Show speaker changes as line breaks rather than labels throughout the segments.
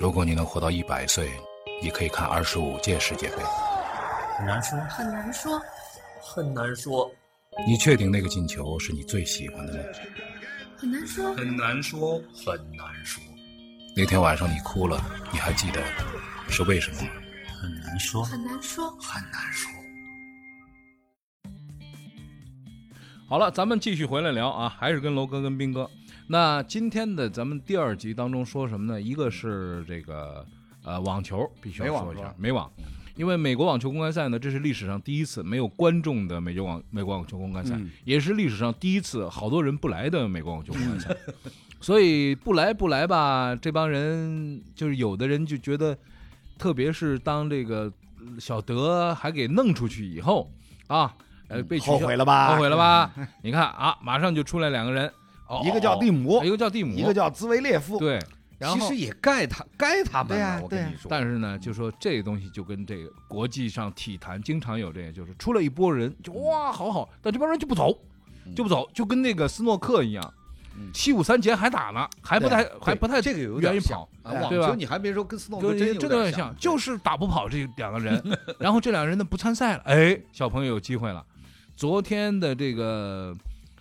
如果你能活到一百岁，你可以看二十五届世界杯。
很难说，
很难说。
很难说，
你确定那个进球是你最喜欢的吗？
很难说，
很难说，很难说，
那天晚上你哭了，你还记得是为什么吗？
很难说，
很难说。
很难说。
好了，咱们继续回来聊啊，还是跟楼哥跟斌哥。那今天的咱们第二集当中说什么呢？一个是这个呃网球，必须要
美网啊
说一
是
下
吧
美网，因为美国网球公开赛呢，这是历史上第一次没有观众的美国网美国网球公开赛，
嗯
也是历史上第一次好多人不来的美国网球公开 赛。所以不来不来吧，这帮人就是有的人就觉得，特别是当这个呃小德还给弄出去以后啊，呃，被取消
嗯后悔了吧？嗯
后悔了吧？你看啊，马上就出来两个人，哦、
一个叫蒂姆，
一个叫蒂姆，
一个叫兹维列夫。啊
对。然
其
后
实，也该他该他们
对呀
了，我跟你说。
但是呢，就说这个东西就跟这个国际上体坛经常有这个，就是出了一波人就哇好好，但这帮人就不走，就不走，就跟那个斯诺克一样
嗯，
七五三节还打呢，还不太
对
还不太
这个有
愿
点
意
像
跑，
啊
对
网
吧
球你还别说，跟斯诺克
跟
真有
真的有点
像
像，，就是打不跑这两个人。 然后这两个人呢不参赛了，哎，小朋友有机会了。昨天的这个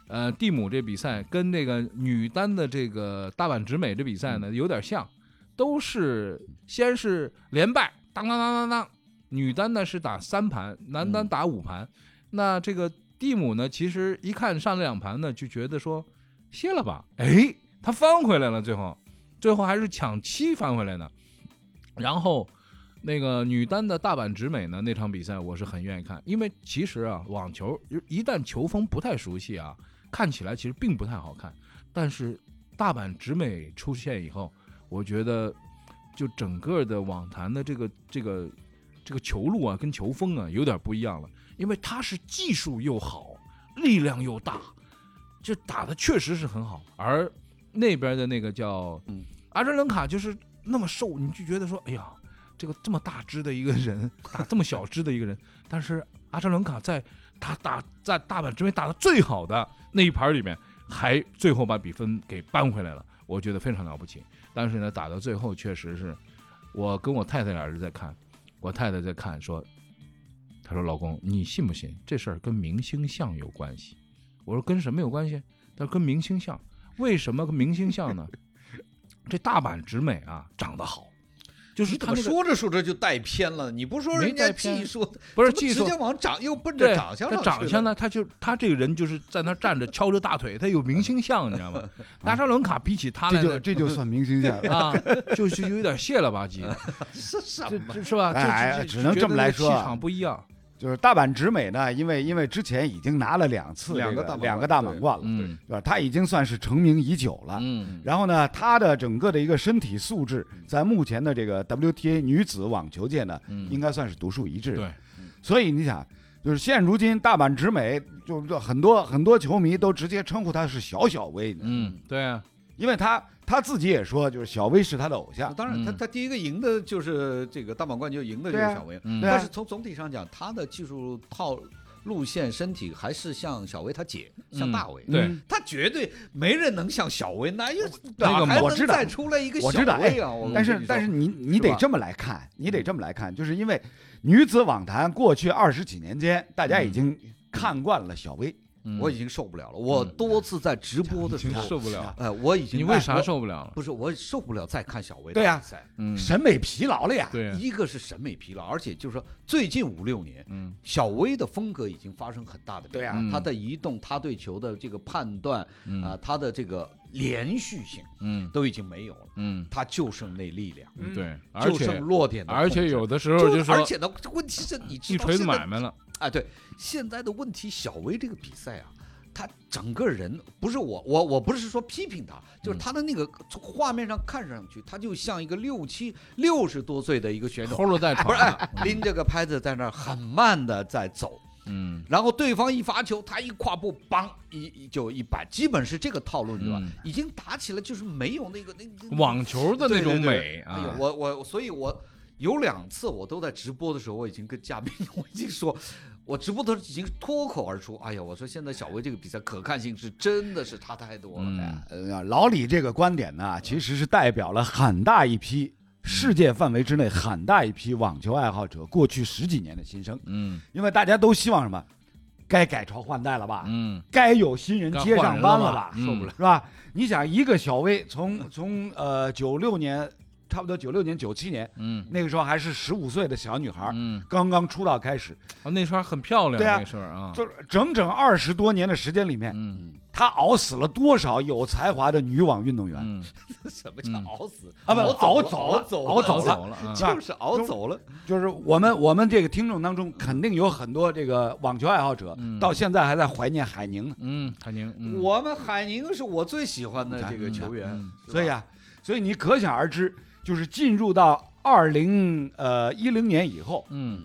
呃蒂姆这比赛跟这个女单的这个大阪直美这比赛
嗯
呢有点像，都是先是连败，当当当当当，女单呢是打三盘，男单
嗯
打五盘。那这个蒂姆呢，其实一看上这两盘呢，就觉得说歇了吧，哎，他翻回来了，最后最后还是抢七翻回来的。然后那个女单的大阪直美呢，那场比赛我是很愿意看，因为其实啊，网球一旦球风不太熟悉啊，看起来其实并不太好看。但是大阪直美出现以后，我觉得就整个的网坛的这个这个这个球路啊，跟球风啊有点不一样了，因为它是技术又好，力量又大，就打的确实是很好。而那边的那个叫
嗯
阿扎伦卡，就是那么瘦，你就觉得说，哎呀，这个这么大只的一个人打这么小只的一个人，但是阿扎伦卡在他打在大阪直美打的最好的那一盘里面，还最后把比分给扳回来了，我觉得非常了不起。但是呢，打到最后确实是，我跟我太太俩人在看，我太太在看说，她说老公，你信不信这事儿跟明星像有关系？我说跟什么有关系？她说跟明星像，为什么跟明星像呢？ 这大阪直美啊，长得好，就是
你怎
她
么
那个
说着说着就带偏了？你不说
没
人家
带偏
技术，
不是
怎么
技术
直接往长又奔
对，
着长相
他
上
长
去
相
了？
呢，他就他这个人就是在那站着敲着大腿，他有明星相，你知道吗？达沙伦卡比起他
这
来
就
呢
这就算明 星相了。
啊，就是有点卸了吧唧，
是什
这
么
这？是吧？
哎
就就就
只能这么来说啊
觉得那个气场不一样。
就是大阪直美呢，因为因为之前已经拿了两次
两
这
个
个
大满贯
两个大满贯了，
嗯
对吧？他已经算是成名已久了。
嗯
然后呢，他的整个的一个身体素质，在目前的这个 WTA 女子网球界呢，
嗯
应该算是独树一帜。
对，嗯
所以你想，就是现如今大阪直美，就就很多很多球迷都直接称呼她是小小威，
嗯，对啊，
因为她她自己也说，就是小威是她的偶像。
当然，他
嗯
他第一个赢的就是这个大满贯，就赢的就
对
是
啊
小威。
嗯
对啊
但是从总体上讲，他的技术套路线、身体还是像小威他姐，像
嗯
大威。
对
嗯
他绝对没人能像小威，那又
那
哪
个
还
我
能
知道
再出来一个小
我知道哎
威啊？我跟
但
你
是
说
但是你你
是
得
吧
这么来看，你得这么来看，就是因为女子网坛过去二十几年间，大家已经看惯了小威，
嗯
我已经受不了了。我
嗯
多次在直播的
已
时
经
候，
受不了。
呃，我已经
你为啥
我
受不了了？
不是我受不了再看小威
对啊
的比赛，
嗯，
审美疲劳了呀。
对啊，
一个是审美疲劳，而且就是说最近五六年，
嗯
小威的风格已经发生很大的变
对
化，
啊
嗯
他的移动，他对球的这个判断
嗯
啊，他的这个连续性
嗯
都已经没有了，
嗯，
他就剩那力量，
对，而
就剩
且
落点的控制，
而且有的时候
就
说
而且呢，问题是你知
一
道
锤子
现在
买卖了，
啊，对，现在的问题，小威这个比赛啊，他整个人不是我，我我不是说批评他，
嗯
就是他的那个从画面上看上去，他就像一个六七六十多岁的一个 选手，
齁了带
不
喘
是、
了。
哎、拎着个拍子在那儿很慢的在走，
嗯
然后对方一罚球，他一跨步，梆一一就一摆，基本是这个套路，你知道吧？
嗯
已经打起来就是没有那个那那
网球的那
对对
种
对
美
哎呦
啊，，
我我所以我有两次我都在直播的时候，我已经跟嘉宾 我已经说，我直播的时候已经脱口而出，哎呀，我说现在小威这个比赛可看性是真的是差太多了。哎
嗯
呃，老李这个观点呢，其实是代表了很大一批世界范围之内很大一批网球爱好者过去十几年的心声，
嗯
因为大家都希望什么，该改朝换代了吧，
嗯
该有新人接上班了吧，
该换人了吧受不了
是吧？你想一个小威从从呃九六年，差不多九六年九七年
嗯
那个时候还是十五岁的小女孩，
嗯，
刚刚出道开始，
啊，那时候还很漂亮，
对啊
那时候啊，
就是整整二十多年的时间里面，
嗯
她熬死了多少有才华的女网运动员？
嗯，
什么叫
嗯
熬死
啊不
熬
熬
走
走
了
了
熬
熬
走
走
了， 嗯
走了啊，
就是熬走了。
就是我们我们这个听众当中，肯定有很多这个网球爱好者，
嗯
到现在还在怀念海宁呢。
嗯，海宁，嗯
我们海宁是我最喜欢的这个球员
嗯，
是吧
所以啊，所以你可想而知，就是进入到二零呃一零年以后，
嗯，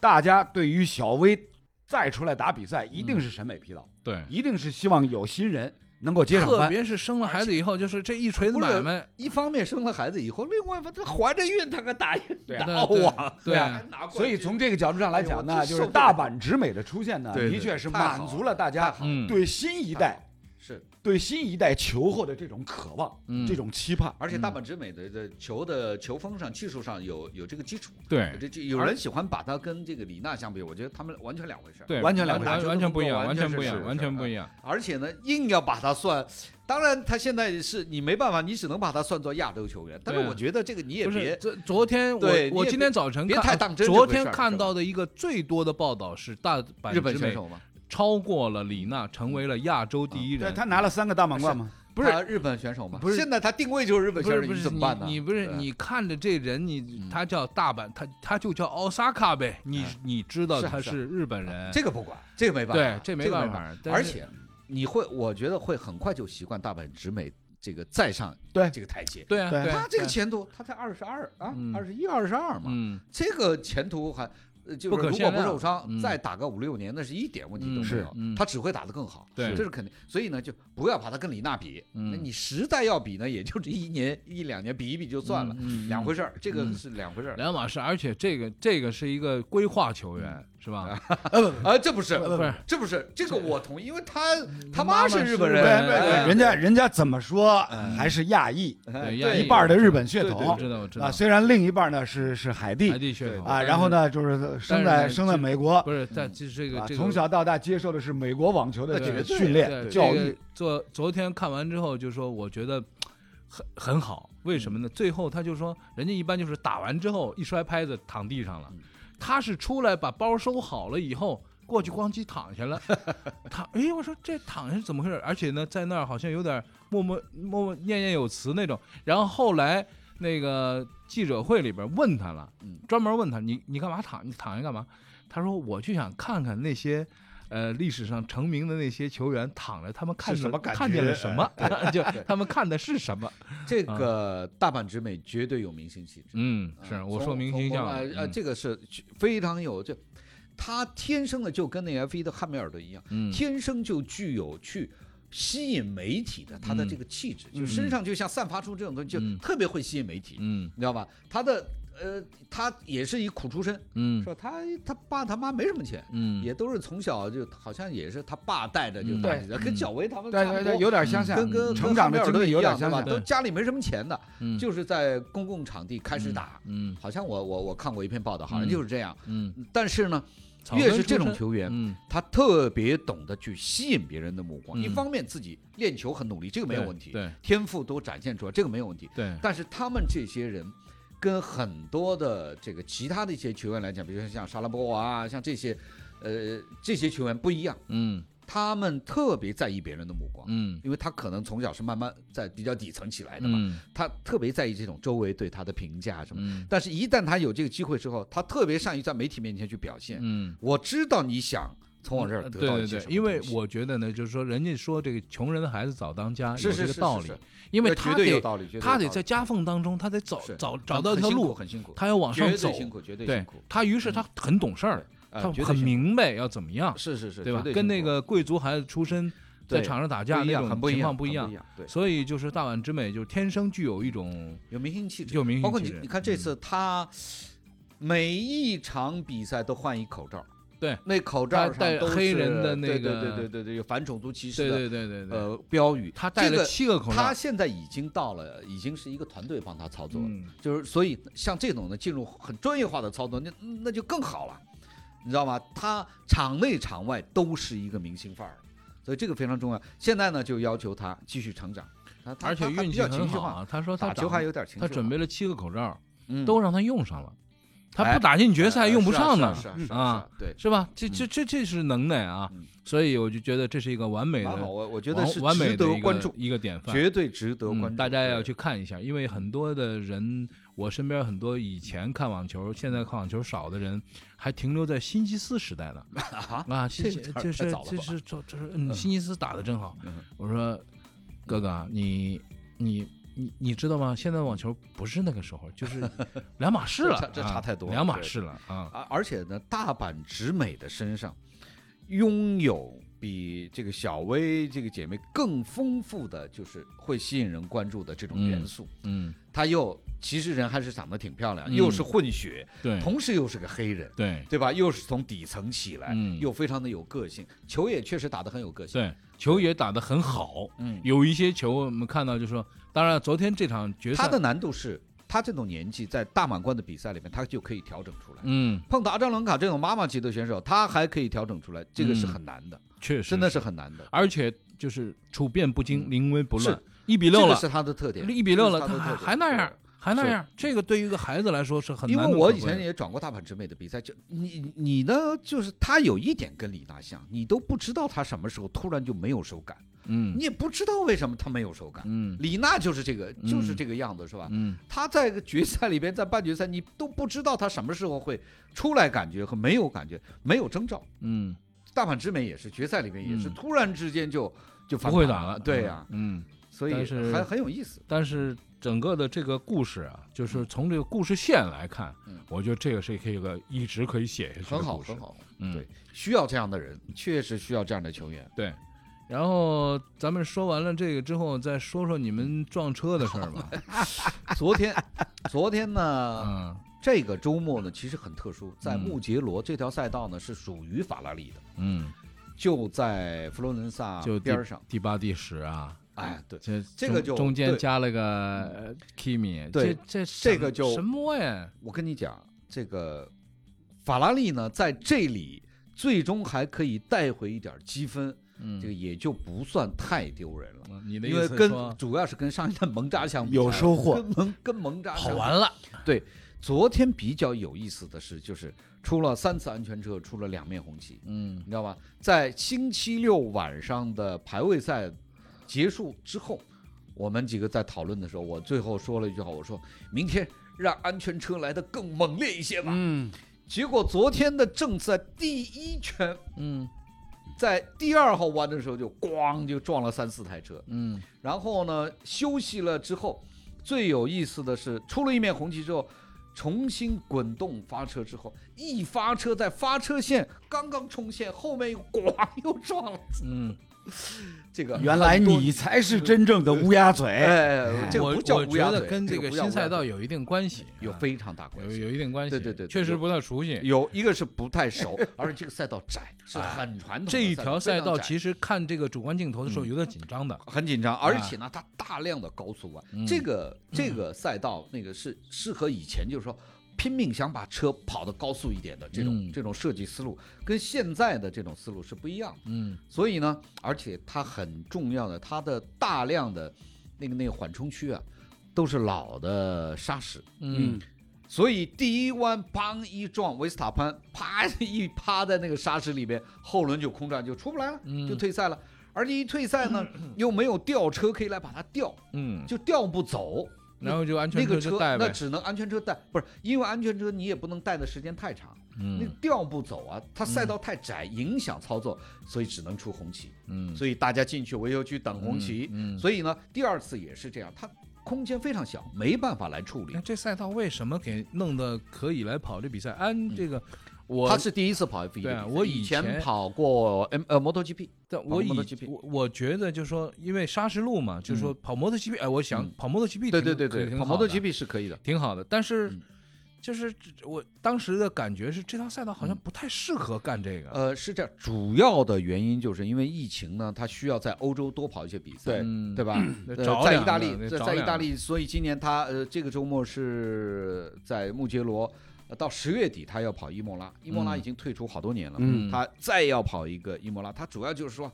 大家对于小威再出来打比赛，一定是审美疲劳，
对，
一定是希望有新人能够接
嗯
上
特
班。
别是生了孩子以后，就是这一锤子买卖，
一方面生了孩子以后，另外一方面他怀着孕，他可打
对
打 网，
啊对
吧
啊，
拿
所以从这个角度上来讲
哎呦
呢，
我真
就
受
是
不了
大阪直美的出现呢，
对对
的确是
太好了
满足了大家
太好了
嗯，
对新一代、
是，
对新一代球后的这种渴望、
嗯
这种期盼。
而且大阪直美的的球的球风上、技术上有有这个基础，
对
这就有人喜欢把他跟这个李娜相比，我觉得他们完全两回事儿。
对，
完全两
完
回事
完全不一样，
完
完
全
全
是
不一
是
样，完
是
全不一样，
而且呢，硬要把他算，当然他现在是你没办法，你只能把他算作亚洲球员。但是
对啊
我觉得这个你也
不
别
是，这昨天我
对你
我
也
今
别
天早晨
别
看
太当真这
昨
回
天
事儿是
看
吧
到的一个最多的报道是大阪
日本
直
选
美
手啊嘛，
超过了李娜，成为了亚洲第一
对
人。
他拿了三个大满贯吗？
不是
他日本选手嘛，
不是
现在他定位就是日本
不
选
是
手，
不
你
是
怎么办呢？
你不是
对
你看着这人，你
嗯
他叫大阪，他他就叫奥萨卡呗，你
哎
你知道
是啊
他
是啊
是日本人，
这个不管，这个没办
对
法，，
这
没
办
法。
法。但
而
是
且你会，我觉得会很快就习惯大阪直美这个再上
对
这个台阶。
对啊，
对
对啊
他这
对
个
啊
前途，他才二十二啊，
嗯
二十一、二十二嘛，
嗯
这个前途还。呃就是
不可
如果
限
不
量
受伤，
嗯
再打个五六年，那是一点问题
嗯
都没有
是。嗯
他只会打得更好，
对
这是肯定。所以呢，就不要把他跟李娜比。
嗯
那你实在要比呢，也就这一年一两年比一比就算了，
嗯嗯
两回事儿，这个
嗯
是两回事儿。
两码事。而且这个这个是一个规划球员是吧？
嗯啊，这不是，
不是
这不是，这个我同意，因为他他
妈
妈
妈
是日
是
本
日
人，
本人
哎
对
对
对
人家人家怎么说还是亚裔，
哎
对
对
亚
一半儿的日本血
对对
我
统
知道我知道
啊，，虽然另一半呢是是海地
海地血统
啊，然后？呢就是生在
但是
生在美国
但是不是，
嗯
但就是这个
啊，
这个
从小到大接受的是美国网球的这
对
个训练
对
教
这
育
个。昨昨天看完之后就说，我觉得很很好，为什么呢？最后他就说，人家一般就是打完之后一摔拍子躺地上了，
嗯
他是出来把包收好了以后。过去咣叽躺下了， 躺哎，我说这躺下是怎么回事？而且呢，在那儿好像有点默默默默念念有词那种。然后后来那个记者会里边问他了，
嗯
专门问他你你干嘛躺你躺下干嘛？他说我就想看看那些呃历史上成名的那些球员躺着，他们看
是
见
什么感觉
看见了什么？就他们看的是什么？
这个大阪直美绝对有明星气质。
啊嗯，
啊
是我
从
说明星
从
相嗯
我
了
呃呃，这个是非常有这，他天生的就跟那 F 一的汉密尔顿一样，
嗯
天生就具有去吸引媒体的他的
嗯
这个气质，就身上就像散发出这种东西，就
嗯
特别会吸引媒体，
嗯
你知道吧？他的呃，他也是一苦出身，
嗯
是吧？他他爸他妈没什么钱。
嗯
也都是从小就好像也是他爸带着就打
嗯
起来，跟小维他们
对
差不
对
多嗯
对，有点相像
跟，跟
成长的
的
经历有点
像
相
吧？
像。
都
对
家里没什么钱的，
嗯
就是在公共场地开始打。
嗯
好像我我我看过一篇报道，好像
嗯
就是这样。
嗯，
但是呢，
草
越
根
是
出
这种
身
球员，
嗯
他特别懂得去吸引别人的目光。
嗯
一方面自己练球很努力，这个没有
对
问题，
对
天赋都展现出来，这个没有问题。
对
但是他们这些人。跟很多的这个其他的一些球员来讲，比如说像沙拉波娃啊，像这些，呃，这些球员不一样，
嗯
他们特别在意别人的目光，
嗯
因为他可能从小是慢慢在比较底层起来的嘛，
嗯
他特别在意这种周围对他的评价什么。
嗯
但是，一旦他有这个机会之后，他特别善于在媒体面前去表现。
嗯。
我知道你想从我这儿
呃
得
对
到
对
一些什
对，
么
因为
东西
我觉得呢，就是说，人家说这个穷人的孩子早当家，
是
有这
是
个
是
道
是
理
是，
因为
这
他
绝对有
得
道理，绝对
他
有
得
道
在
理
夹缝当中，他得找
是
找
很
找到一
很
条
辛苦
路，
很辛苦，
他要往上
绝
走
对，辛苦，绝对辛
对
苦，
他，于是他很懂事儿，
呃
他
绝对
很
辛苦
明白要怎么样，
是是是，
对吧
绝？对
跟
辛
那
苦
个贵族孩子出身在
对
场上打
不
架
一
那
样，很
种
不一
情
样，
况不一
样
样，，
对，
所以就是大碗之美就是天生具有一种
有明星气质，
有明星
包括
气嗯
你
质
你看这次他每一场比赛都换一口罩，
对，
那口罩
他带
上都是
黑人的那个
对对对对对对，有反种族歧视
对对
的
对对对，
呃标语，
他戴
这
了
个
七个口罩
他，现在已经到了，已经是一个团队帮他操作了，
嗯
就是所以像这种呢，进入很专业化的操作，那那就更好了，你知道吗？他场内场外都是一个明星范儿，所以这个非常重要。现在呢，就要求他继续成长，他他
而且
他还
运
比
气
较情
很
绪
好
化，
啊。他说他
打球
长
还有点情绪化，
他准备了七个口罩，
嗯
都让他用上了，他
哎
不打进决赛
哎
用不
是啊
上
是
呢
啊，是啊是啊是
啊
啊，对。
是吧？这这这这是能耐啊
嗯！
所以我就觉得这是一个完美的
蛮好，我我觉得
完
是
完
值
美的
得
一
关
个
注，
一个典范，
绝对值得
嗯
关注。
大家要
对
去看一下，因为很多的人，我身边很多以前看网球，现在看网球少的人，还停留在星期四时代 呢。啊，星期
这太
这
太
是
早了
这
吧
是这这是嗯，星期四打的真好
嗯。
我说，哥哥，你你你你知道吗？现在网球不是那个时候，就是 两码事了
这
啊，
这差太多了
两码
对
事了啊。
而而且呢，大阪直美的身上拥有比这个小薇这个姐妹更丰富的，就是会吸引人关注的这种元素。
嗯，
她又其实人还是长得挺漂亮，
嗯
又是混血，
对
同时又是个黑人，
对
对吧？又是从底层起来，
嗯
又非常的有个性，球也确实打得很有个性。
对，球也打得很好，
嗯，
有一些球我们看到就说，当然昨天这场决赛，
她的难度是，她这种年纪在大满贯的比赛里面，她就可以调整出来。
嗯，
碰到阿扎伦卡这种妈妈级的选手，她还可以调整出来，这个是
嗯
很难的，
确实
真的是很难的。
而且就是处变不惊，
嗯
临危不乱
是，
一比
这
六
个
了，
是他的特点，
一比六了，
这是
他
他
还
的特点
还那样。，还那
是
样，这个对于一个孩子来说是很
对因
难
为
能可贵
我
的。
以前也转过大阪直美的比赛，就你你呢，就是他有一点跟李娜像，你都不知道他什么时候突然就没有手感，
嗯
你也不知道为什么他没有手感。
嗯
李娜就是这个，
嗯
就是这个样子，是吧？
嗯
他在个决赛里边，在半决赛，你都不知道他什么时候会出来感觉和没有感觉，没有征兆。
嗯，
大阪直美也是，决赛里面也是
嗯
突然之间就就
不
反
会
弹
打了。
对呀、
嗯，
所以
但是
还很有意思。
但是整个的这个故事啊，就是从这个故事线来看
嗯，
我觉得这个是可以个一直可以写下去的
很好，
故事
很。好，
嗯
对，需要这样的人，确实需要这样的 球员。
对。然后咱们说完了这个之后，再说说你们撞车的事儿吧。
昨天， 昨天呢，
啊嗯
这个周末呢，其实很特殊，在
嗯
穆杰罗这条赛道呢是属于法拉利的，
嗯，
就在佛罗伦萨
就
边儿上。
第八、第十啊，
哎，对，
这
这个
中
就
中间
对嗯
加了个呃 Kimi，
对
这这
这个
什
就
什么呀？
我跟你讲，这个法拉利呢，在这里最终还可以带回一点积分，
嗯，
这个也就不算太丢人了。
嗯你的意
因为
思
跟
说
主要是跟上一站蒙扎相比，
有收获
跟蒙跟蒙扎
跑
相比
完了，
昨天比较有意思的是，就是出了三次安全车，出了两面红旗，
嗯
你知道吧？在星期六晚上的排位赛结束之后，我们几个在讨论的时候，我最后说了一句话，我说明天让安全车来的更猛烈一些吧。
嗯，
结果昨天的正赛第一圈，
嗯
在第二号弯的时候就咣就撞了三四台车，
嗯
然后呢，休息了之后，最有意思的是，出了一面红旗之后，重新滚动发车之后，一发车在发车线刚刚冲线，后面又咣又撞了
嗯，
这 个。
原来
很多
你才是真正的乌鸦嘴。
哎，这个
我
不叫
我
乌
觉
鸦
得
嘴
跟
这
这
个
个
不叫乌
新
鸦
赛道
嘴
有一定关系，
有
啊
非常大关
有
系。
有一定关系，
对对对对
确实
有
不太熟悉。
有一个是不太 熟，而且这个赛道窄， 啊是很传统的
这一条赛道
非常窄嗯啊
其实看这个主观镜头的时候有点紧张的，
很紧张，而且呢，它大量的高速弯，
嗯
这个这个赛道那个是适合以前就是说拼命想把车跑得高速一点的这种、
嗯
这种设计思路，跟现在的这种思路是不一样的。
嗯
所以呢，而且它很重要的，它的大量的那个那个缓冲区啊，都是老的砂石，
嗯，
所以第一弯砰一撞，维斯塔潘啪一趴在那个沙石里边，后轮就空转就出不来了，
嗯
就退赛了。而且一退 赛呢，又没有吊车可以来把它吊，
嗯，
就吊不走。
然后就安
那
全
个
就
车
带
那
呗，
只能安全车带，不是因为安全车你也不能带的时间太长，那个
嗯
吊不走啊，它赛道太窄，影响操作，所以只能出红旗。
嗯，
所以大家进去维修区等红旗。
嗯，
所以呢，第二次也是这样，它空间非常小，没办法来处理
那。这赛道为什么给弄得可以来跑这比赛？按
嗯
这个我
他是第一次跑 F1 的比赛，
对啊我以
以
前
跑过 M 呃摩托 GP，
但
跑
我以
MotoGP
我我觉得就是说，因为沙石路嘛，就是说跑摩托 GP，哎，我想
嗯
跑摩托 GP，
对对对对，跑摩托
GP
GP 是可以的。
挺好的，但是
嗯
就是我当时的感觉是这条赛道好像不太适合干这个。
呃，是这样，主要的原因就是因为疫情呢，它需要在欧洲多跑一些比赛，
嗯
对吧？
得
呃
找
在
两
意大
个
利，
得
在
找
在意
两
大
个
利，所以今年他呃这个周末是在穆杰罗，呃到十月底他要跑伊莫拉，伊莫拉
嗯
已经退出好多年了，
嗯
他再要跑一个伊莫拉，他主要就是说，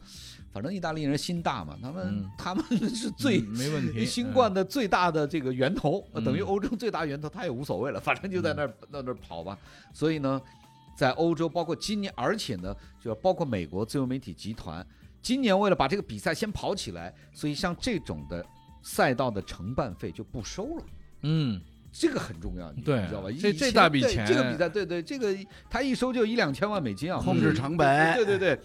反正意大利人心大嘛，他们、
嗯
他们是最。
嗯没问 题，
新冠的最大的这个源头，呃等于
嗯
欧洲最大源头，他也无所谓了，反正就在那儿那那儿跑吧。所以呢，在欧洲，包括今年，而且呢，就包括美国自由媒体集团，今年为了把这个比赛先跑起来，所以像这种的赛道的承办费就不收了。
嗯，
这个很重要，你
对
你知道吧？
这
以前
这大笔
对
钱
这个比赛，对对，这个他一收就一两千万美金啊，
控制成本
对对对，对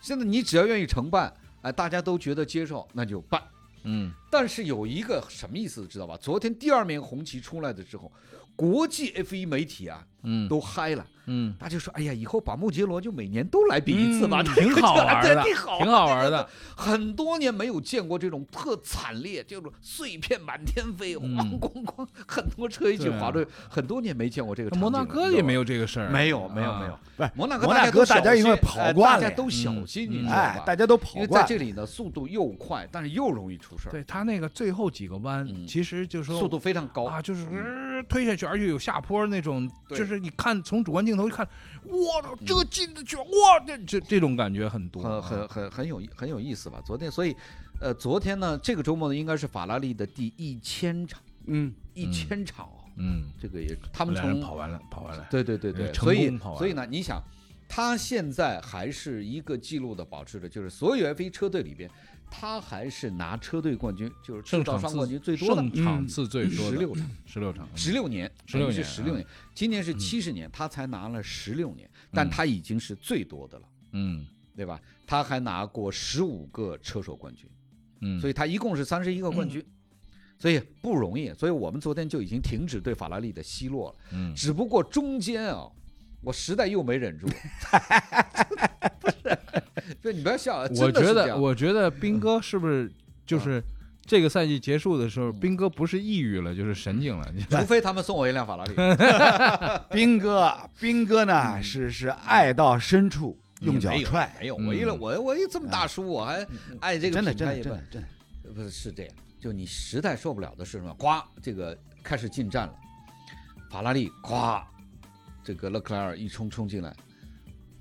现在你只要愿意承办，哎，大家都觉得接受，那就办。
嗯
但是有一个什么意思，知道吧？昨天第二面红旗出来的之后，国际 F1 媒体啊
嗯
都嗨了，
嗯，
大家说：“哎呀，以后把穆杰罗就每年都来比一次吧，
嗯
这个
挺好玩的
这哎挺好，啊
挺好玩的。
很多年没有见过这种特惨烈，这种碎片满天飞，
嗯
咣咣咣，很多车一起
对啊
滑着，很多年没见过这个场景啊
摩
了。
纳哥
你知
也
道吧
没有这个事儿，
没有没有
啊
没有，，不是
摩纳哥，
摩纳哥大家因为跑惯
了，哎大
了
家都小心，你知道
哎
嗯
吧，？
大家都
因
跑
为在
惯
这，里呢，速度又快，但是又容易出事儿，
对他那个最后几个弯，
嗯
其实就是说
速度非常高
啊，就是、呃推下去，而且有下坡那种，
哦嗯对嗯
就是你看从主观镜头一看，我操，这个进得去，哇，这这这种感觉很多，啊
很很很很有意很有意思吧？昨天，所以，呃，昨天呢，这个周末呢，应该是法拉利的第一千场，
嗯，
一千场哦，
嗯，
这个也他们
两人
从
跑完了，跑完了，呃
对对对对，
成
所以
功跑完
所以呢，你想，他现在还是一个记录的保持者，就是所有 F1 车队里边，他还是拿车队冠军，就是制
胜
造
场
商
次
冠军最多的嗯
胜场次最多
十
的
六场，
十六场，
十六年，
16年啊
是十六年，今年是七十年，他才拿了十六年，但
嗯
他已经是最多的了，
嗯
对吧？他还拿过十五个车手冠军。
嗯，
所
以
以他一共是三十一个冠军，所以不容易。所以我们昨天就已经停止对法拉利的奚落了，
嗯
只不过中间啊、我实在又没忍住。不是，对你不要笑，真
我
的是
觉
这
得
样嗯
我觉得斌哥是不是就是这个赛季结束的时
嗯
候，斌哥不是抑郁了就是神经了，
除非他们送我一辆法拉利，
斌哥，斌哥呢是是爱到深处用脚踹，
嗯没有，我一辆
嗯
我我一这么大叔，我还爱这个
真的
品
真
牌
的
也
真
不
的真的，
不是是这样，就你实在受不了的是什么？呱，这个开始进站了，法拉利呱，这个勒克莱尔一冲冲进来，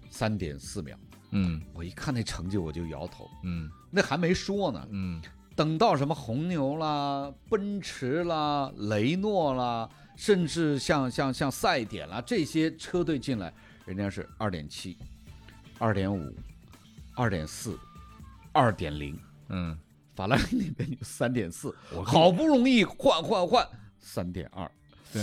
三点四秒。
嗯
我一看那成绩，我就摇头。
嗯
那还没说呢，
嗯
等到什么红牛啦、奔驰啦、雷诺啦，甚至像像像赛点啦这些车队进来，人家是二点七、二点五、二点四、二点零，
嗯，
法拉利那边有三点四，
我
好不容易换换换三点二，
对。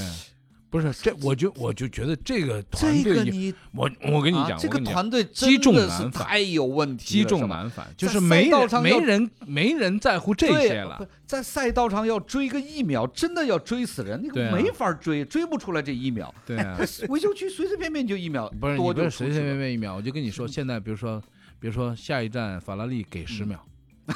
不是这，我就我就觉得这个团
这
队
个
也，
你
我我跟你
啊
讲，
这
我
个
跟你讲
团队
积
真
重
的是
难返
太有问题了，
积
是
重
吧
难返，就是
在
没
赛道
人
上
没
要
人没人在乎这
对啊
些了
不。在赛道上要追个一秒，真的要追死人，那
对
个
啊
没法追，追不出来这一 秒。
对啊，
维修区随随便便就一秒，
不是你不
多就是出
随随
去
便
了嗯
便一秒，我就跟你说，现在比如说，比如说下一站法拉利给十秒，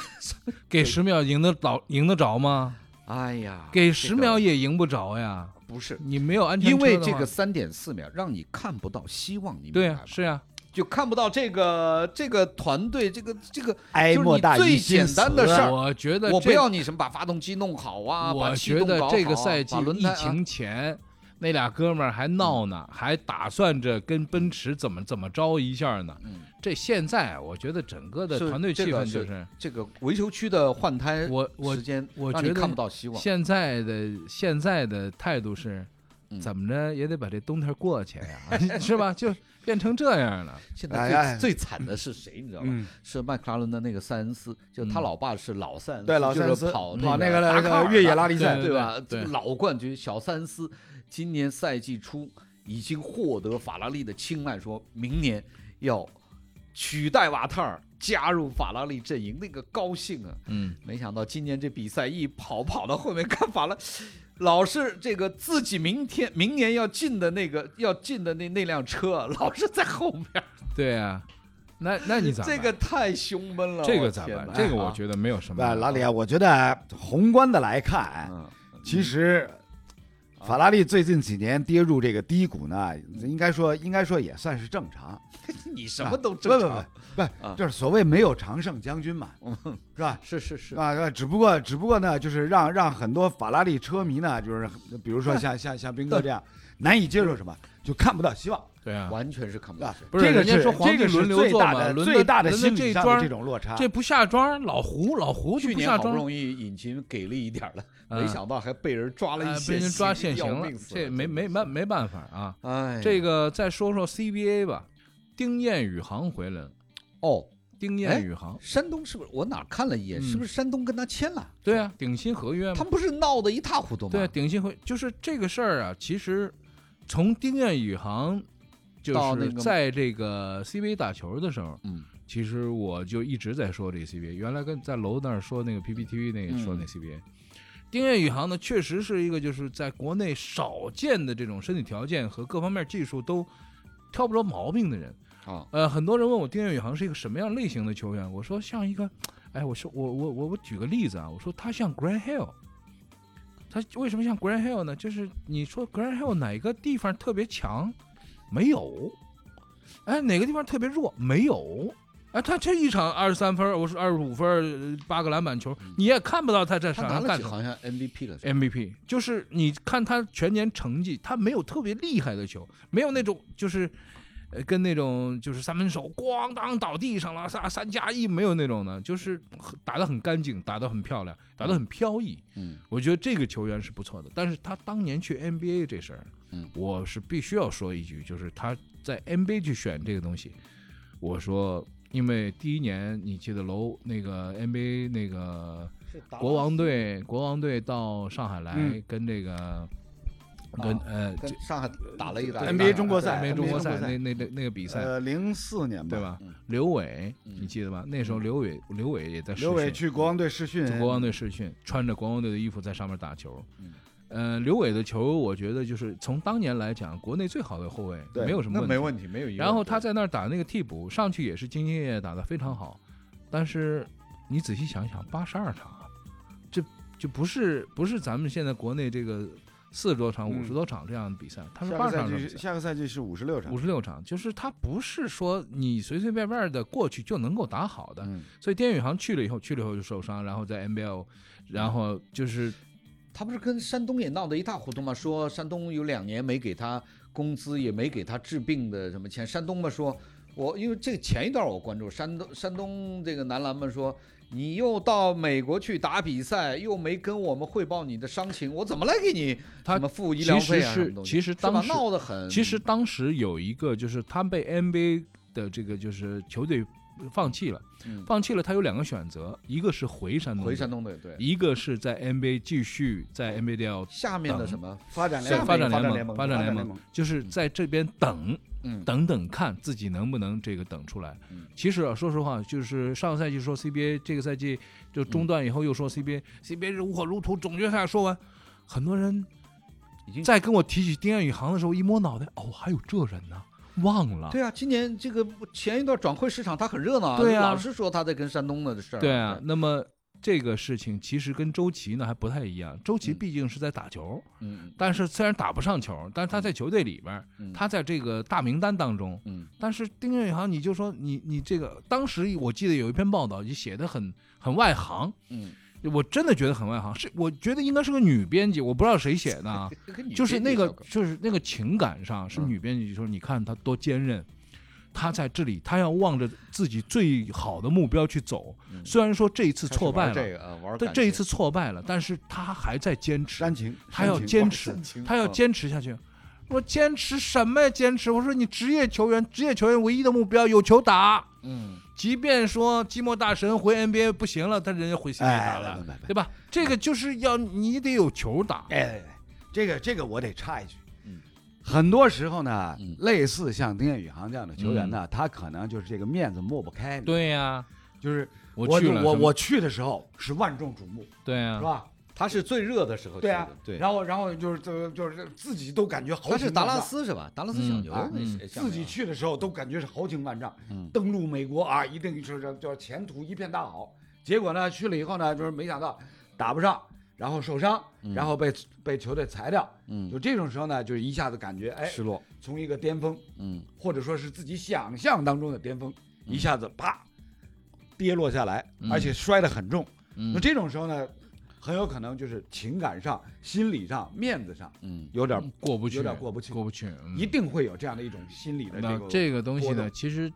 给十秒赢得着赢得着吗？
哎呀，
给
这
十
个
秒也赢不着呀，
不是，
你没有安全
因为
车的
这
话
个三点四秒让你看不到希望，你明
对
白
啊
吗？
是呀，
就看不到这个这个团队这个这个，
哀
就是
莫
你
大于
最
心
简
死。
单的事儿。
我觉得
我不
这
要你什么把发动机弄好啊，把
我
气
觉
动
得
搞
这个
好啊
赛季
把轮
疫
胎啊嗯
情前，那俩哥们儿还闹呢，还打算着跟奔驰怎么怎么着一下呢。
嗯
这现在啊我觉得整个的
是
团队
这
气
个
氛就是
这个维修区的换胎
我我
时间，
我
让你
觉得
看不到希望。
现在的现在的态度是
嗯。
怎么着也得把这冬天过去呀， 是吧？就变成这样 了。
现在
哎呀
最最惨的是谁，你知道吗？
嗯，
是迈克拉伦的那个塞恩斯，就他
嗯
老爸是老塞恩斯，
对，老
就
三
是
思
跑
跑那
个
个
达
那
喀尔
个
的
越野拉力赛，
对
对吧？
对
这个老冠军小塞恩斯，今年赛季初已经获得法拉利的青睐，说明年要取代瓦特尔加入法拉利阵营，那个高兴啊！
嗯，
没想到今年这比赛一跑跑到后面看法了，老是这个自己明天明年要进的那个要进的那那辆车啊，老是在 后面，
对呀，那那 你咋
这
办
个太胸闷了。
这
我
个咋
天
办？
哪啊
这个我 觉得
嗯
没有什么。
啊，老李啊，我觉得宏观的来看，
嗯
其实法拉利最近几年跌入这个低谷呢，应该说应该说也算是正常，
你什么都正常
啊。不不不不，就是所谓没有常胜将军嘛，
嗯
是吧？
是是是，
啊，啊只不过只不过呢，就是让让很多法拉利车迷呢，就是比如说像像像斌哥这样难以接受什么，就看不到希望，
对啊，
完全是看不
对
到
吧
谁。？
不是
这个
人家
是
说皇
这个
帝
是
轮流
最
坐
大
嘛
的
轮
最
的
大的
轮的
心
这
理上
桩
的
儿
这种落差。
这不下庄，老胡老胡就
去
不
年
下
好不
庄，
容易引擎给力一点儿了，
嗯
没想到还被人抓了
哎
一
被
现
人
行，
抓现行
要
了
命，死
这没没办。没办法啊。
哎呀，
这个再说说 CBA 吧，丁彦雨航回来了，
哦，
丁
哎
彦雨航，
山东是不是我哪儿看了一眼？
嗯
是不是山东跟他签了？
对啊，顶薪合约嘛
他，们不是闹得一塌糊涂吗？
对啊，顶薪合就是这个事儿啊，其实从丁彦雨航就
到那
是
个
在这个 CBA 打球的时候，
嗯，
其实我就一直在说这个 CBA，原来跟在楼那儿说那个 PPTV 那个、说那
嗯
CBA，丁彦雨航呢确实是一个就是在国内少见的这种身体条件和各方面技术都挑不着毛病的人。
啊，
呃，很多人问我丁彦雨航是一个什么样类型的球员，我说像一个，哎，我说我我我我举个例子啊，我说他像 Grant Hill。他为什么像 Grant Hill 呢？就是你说 Grant Hill 哪个地方特别强，没有？哎，哪个地方特别弱，没有？哎，他这一场二十三分，我说二十五分，呃八个篮板球，你也看不到他在
嗯
场
他拿
上
了
干
几
什么。
好像 MVP 了，
MVP 就是你看他全年成绩，他没有特别厉害的球，没有那种就是，呃，跟那种就是三分手咣当倒地上了，三三加一没有那种的，就是很打得很干净，打得很漂亮，打得很飘逸。
嗯，
我觉得这个球员是不错的，但是他当年去 NBA 这事儿，
嗯
我是必须要说一句，就是他在 NBA 去选这个东西，我说，因为第一年你记得楼那个 NBA 那个国王队，国王队到上海来、
嗯
跟这个跟、呃
跟上海打了一打
NBA 中国赛
NBA
中
中
国
国
赛
赛那那那那个比赛、
呃，零四年吧，
对？吧
嗯？
刘伟，
嗯
你记得吧？那时候刘伟刘伟也在试
刘伟
训
去国王队试训，
国王队试训，穿着国王队的衣服在上面打球。
嗯
呃，刘伟的球，我觉得就是从当年来讲，国内最好的后卫，
对
没有什么
那
问
没
题。
问题，没有疑问。
然后他在那儿打那个替补，上去也是兢兢业业打得非常好。但是你仔细想想，八十二场，啊这就不是不是咱们现在国内这个四十多场、
嗯
五十多场这样的比赛，他是
下
八
个
十
赛
场的
季
比
是
赛。
下个赛季是五十六场
五，十六场，就是他不是说你随随便便的过去就能够打好的，
嗯，
所以丁宇航去了以后，去了以后就受伤，然后在 NBL，然后就是
他不是跟山东也闹得一塌糊涂吗？说山东有两年没给他工资，也没给他治病的什么钱。山东嘛说，我因为这个前一段我关注山东山东这个男篮们说，你又到美国去打比赛，又没跟我们汇报你的伤情，我怎么来给你
他
什么付医疗费
其实是
啊？什么东西
其实当时
是吧闹得很，
其实当时有一个就是他被 NBA 的这个就是球队放弃了，
嗯
放弃了他有两个选择，一个是回山东，
回山，东队对
一个是在 NBA 继续在 NBL
下面的什么
嗯
发展
下面
联盟，
发
发
展联
联
盟，
发
展
联
联盟，就是在这边等
嗯
等等看自己能不能这个等出来
嗯。
其实啊，说实话，就是上个赛季说 CBA，这个赛季就中断以后又说 CBA，CBA 是如火如荼，总决赛说完，很多人
已经
在跟我提起丁彦雨航的时候，一摸脑袋，哦，还有这人呢，忘了。
对啊，今年这个前一段转会市场他很热闹啊，
对啊
老是说他在跟山东的事儿。
对啊，那么这个事情其实跟周琦呢还不太一样，周琦
嗯
毕竟是在打球，
嗯，嗯
但是虽然打不上球，但是他在球队里边儿，
嗯
他在这个大名单当中，
嗯，
但是丁彦雨航，你就说你你这个，当时我记得有一篇报道，就写的很很外行，
嗯，
我真的觉得很外行，是我觉得应该是个女编辑，我不知道谁写的 啊，
这跟你
就是
编辑
那个
嗯小狗
就是那个情感上是
嗯
女编辑说，你看她多坚韧，她在这里，她要望着自己最好的目标去走，
嗯
虽然说这一次
开始
挫败
玩这
了。
个啊，玩
对，
感
这一次
情
挫败了，但是她还在坚持，
煽情，
他
煽
要
情
坚持
煽情，
他要
嗯
坚持下去。我说坚持什么呀？坚持！我说你职业球员，职业球员唯一的目标有球打。
嗯，
即便说寂寞大神回 NBA 不行了，但人家回 CBA 打
哎
了
不不不，
对吧？这个就是要你得有球打。
哎哎，哎这个这个我得插一句
嗯，
很多时候呢
嗯，
类似像丁彦雨航这样的球员呢，他可能就是这个面子抹不开，，
对呀、
就是
我
我
去了
我
什么
我去的时候是万众瞩目，
对呀、
是吧？
嗯他是最热的时候去
对
的，
啊，
对。
然后然后就是就就是自己都感觉豪
他是
情
达
万
拉
丈，
斯是吧？达拉斯小牛
嗯
那
嗯
是
自己，去的时候都感觉是豪情万丈，
嗯
登陆美国啊，一定是就是前途一片大好。结果呢，去了以后呢，就是没想到打不上，然后受伤，
嗯
然后被被球队裁掉，
嗯
就这种时候呢，就是一下子感觉哎，
失落，
从一个巅峰，
嗯
或者说是自己想象当中的巅峰，一下子啪跌落下来，
嗯
而且摔得很重。
嗯
那这种时候呢，很有可能就是情感上、心理上、面子上
嗯
有点、
过不去，
有点过不去
过不去。嗯
一定会有这样的一种心理的
那
这个
这个东西
波
呢，
动
其实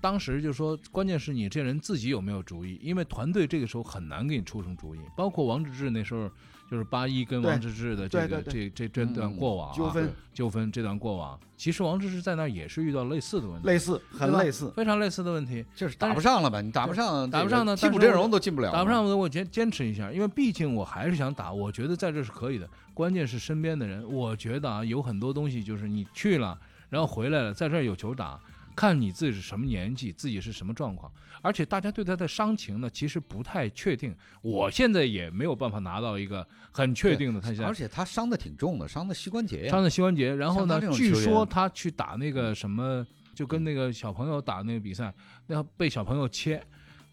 当时就说，关键是你这人自己有没有主意，因为团队这个时候很难给你出什么主意。包括王治郅那时候，就是八一跟
对
王治郅的这
对
个
对
这这这段
嗯
过往啊
纠纷
纠纷这段过往，其实王治郅在那儿也是遇到类似的问题，
类似，很
对吧
类似。
非常类似的问题。
就是
但
打
是
不上了吧？你打不上，
打不上呢
替补
但是
阵
我
容都进不了，
打不上，我我坚坚持一下，因为毕竟我还是想打，我觉得在这是可以的。关键是身边的人，我觉得啊，有很多东西就是你去了，然后回来了，在这儿有球打，看你自己是什么年纪，自己是什么状况，而且大家对他的伤情呢，其实不太确定。我现在也没有办法拿到一个很确定的他现在
而。且他伤的挺重的，伤的膝关节呀
伤。的膝关节，然后
像他
呢
这，种
据
球员嗯
说他去打那个什么，就跟那个小朋友打那个比赛，那被小朋友切，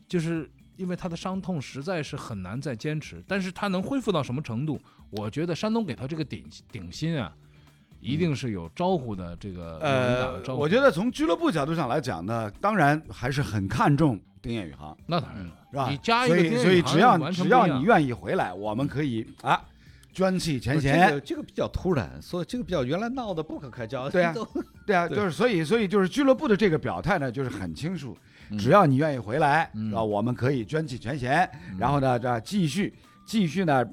就是因为他的伤痛实在是很难再坚持，但是他能恢复到什么程度？我觉得山东给他这个顶顶薪啊，
嗯
一定是有招呼的，这个有人打的
呃，
招呼。
我觉得从俱乐部角度上来讲呢，当然还是很看重丁彦雨航，
那当然了，
是吧？
你加一个
所
丁彦雨
以所以
航
只要
完全
只
不一
要
样
你愿意回来，我们可以啊，捐弃前
不是
嫌
这。个这个比较突然，所以这个比较原来闹得不可开交。
对 啊
都
对啊，
对
就是所以所以就是俱乐部的这个表态呢，就是很清楚，
嗯
只要你愿意回来，
嗯
啊，我们可以捐弃权限，
嗯
然后呢，这继续继续呢，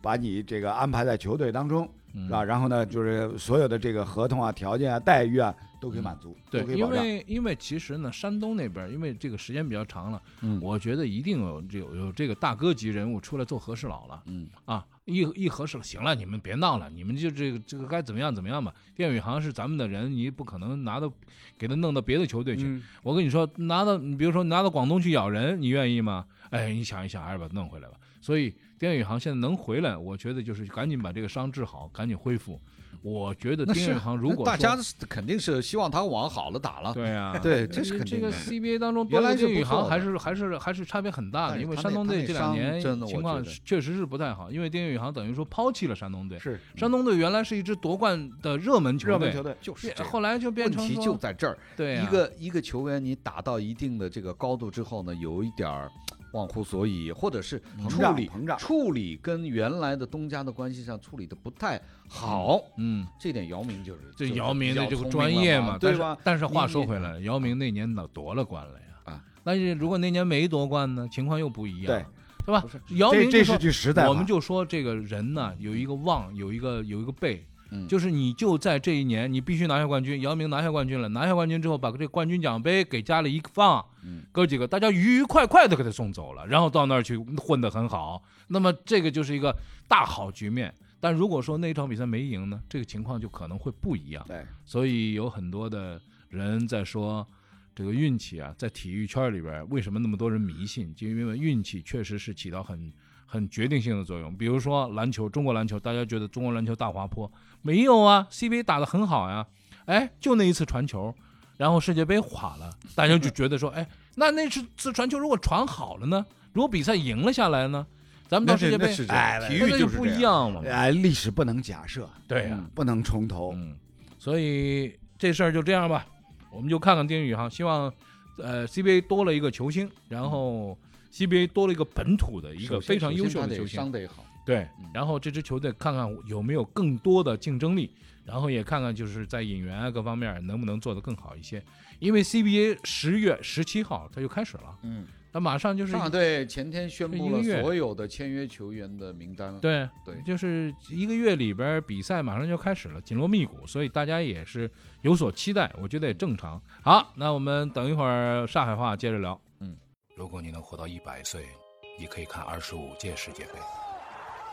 把你这个安排在球队当中，
嗯
是吧？然后呢，就是所有的这个合同啊、条件啊、待遇啊都可以满足，
嗯对
都可，以
因
保障。
为因为其实呢，山东那边儿因为这个时间比较长了，
嗯
我觉得一定有有有这个大哥级人物出来做和事佬了，
嗯
啊，一一和事了，行了，你们别闹了，你们就这个这个该怎么样怎么样吧。电宇航是咱们的人，你不可能拿到给他弄到别的球队去。
嗯
我跟你说，拿到你比如说拿到广东去咬人，你愿意吗？哎，你想一想，还是把它弄回来吧。所以丁宇航现在能回来，我觉得就是赶紧把这个伤治好，赶紧恢复。我觉得
那
丁
是
宇航如果
那大
说
家是肯定是希望他往好了打了。
对啊，
对这是肯
这
定的
个 CBA 当中，
原来是
这个宇
不错
航
的
还是还是还是差别很大
但
的，
是
因为
他
山
那
东
他
队
那
这两
伤
年
真的我
情
觉
况
得
是确实是不太好，因为丁宇航等于说抛弃了山东队，
是
山东队原来是一支夺冠的热门球
热门
队，
球队，
就是
变
这样
后来就变
问
成
题
说
就在这儿，
对啊
一个一个球员你打到一定的这个高度之后呢，有一点儿忘乎所以，或者是
膨
处
胀
理
膨胀
处理跟原来的东家的关系上处理的不太好，
嗯，
这点姚明就是
这
就是
姚明的
比较
这个
聪
专
明了
业
嘛，
但
对
是
吧？
但是话
你
说
你
回来了，姚明那年哪夺了冠了呀？
啊，
但是如果那年没夺冠呢，情况又不一样，
对
对吧
不是？
姚
这
明就
这
是说
句实在话。嗯
我们就说这个人呢，有一个望，有一个有一个背，
嗯
就是你就在这一年，你必须拿下冠军。姚明拿下冠军了，拿下冠军之后，把这个冠军奖杯给家里一放，
嗯
哥几个大家愉愉快快的给他送走了，然后到那儿去混得很好。那么这个就是一个大好局面。但如果说那一场比赛没赢呢，这个情况就可能会不一样。
对，
所以有很多的人在说。这个运气啊，在体育圈里边，为什么那么多人迷信？就因为运气确实是起到很很决定性的作用。比如说篮球，中国篮球，大家觉得中国篮球大滑坡，没有啊，CBA 打得很好呀，哎，就那一次传球，然后世界杯垮了，大家就觉得说，哎，那那次次传球如果传好了呢？如果比赛赢了下来呢？咱们到
那
世
是
界
那
杯，
是这
哎
样，
来
体
那
育就是
不
这
一
样。啊
样了嘛。
哎，历史不能假设，
对呀、
不能重头。
嗯，所以这事儿就这样吧，我们就看看丁宇哈，希望呃 CBA 多了一个球星，然后 CBA 多了一个本土的一个
嗯首先
非常
首先
优秀
他
的
得
球
伤
星，
得好，
对
嗯，
然后这支球队看看有没有更多的竞争力，然后也看看就是在引援啊各方面能不能做得更好一些，因为 CBA 十月十七号它就开始了，
嗯，
它马上就是
上海队前天宣
一
布
个
了
月
所有的签约球员的名单，
对
对
就是一个月里边儿比赛马上就开始了，紧锣密鼓，所以大家也是有所期待，我觉得也正常。好，那我们等一会儿上海话接着聊。
嗯如果你能活到一百岁，你可以看二十五届世界杯。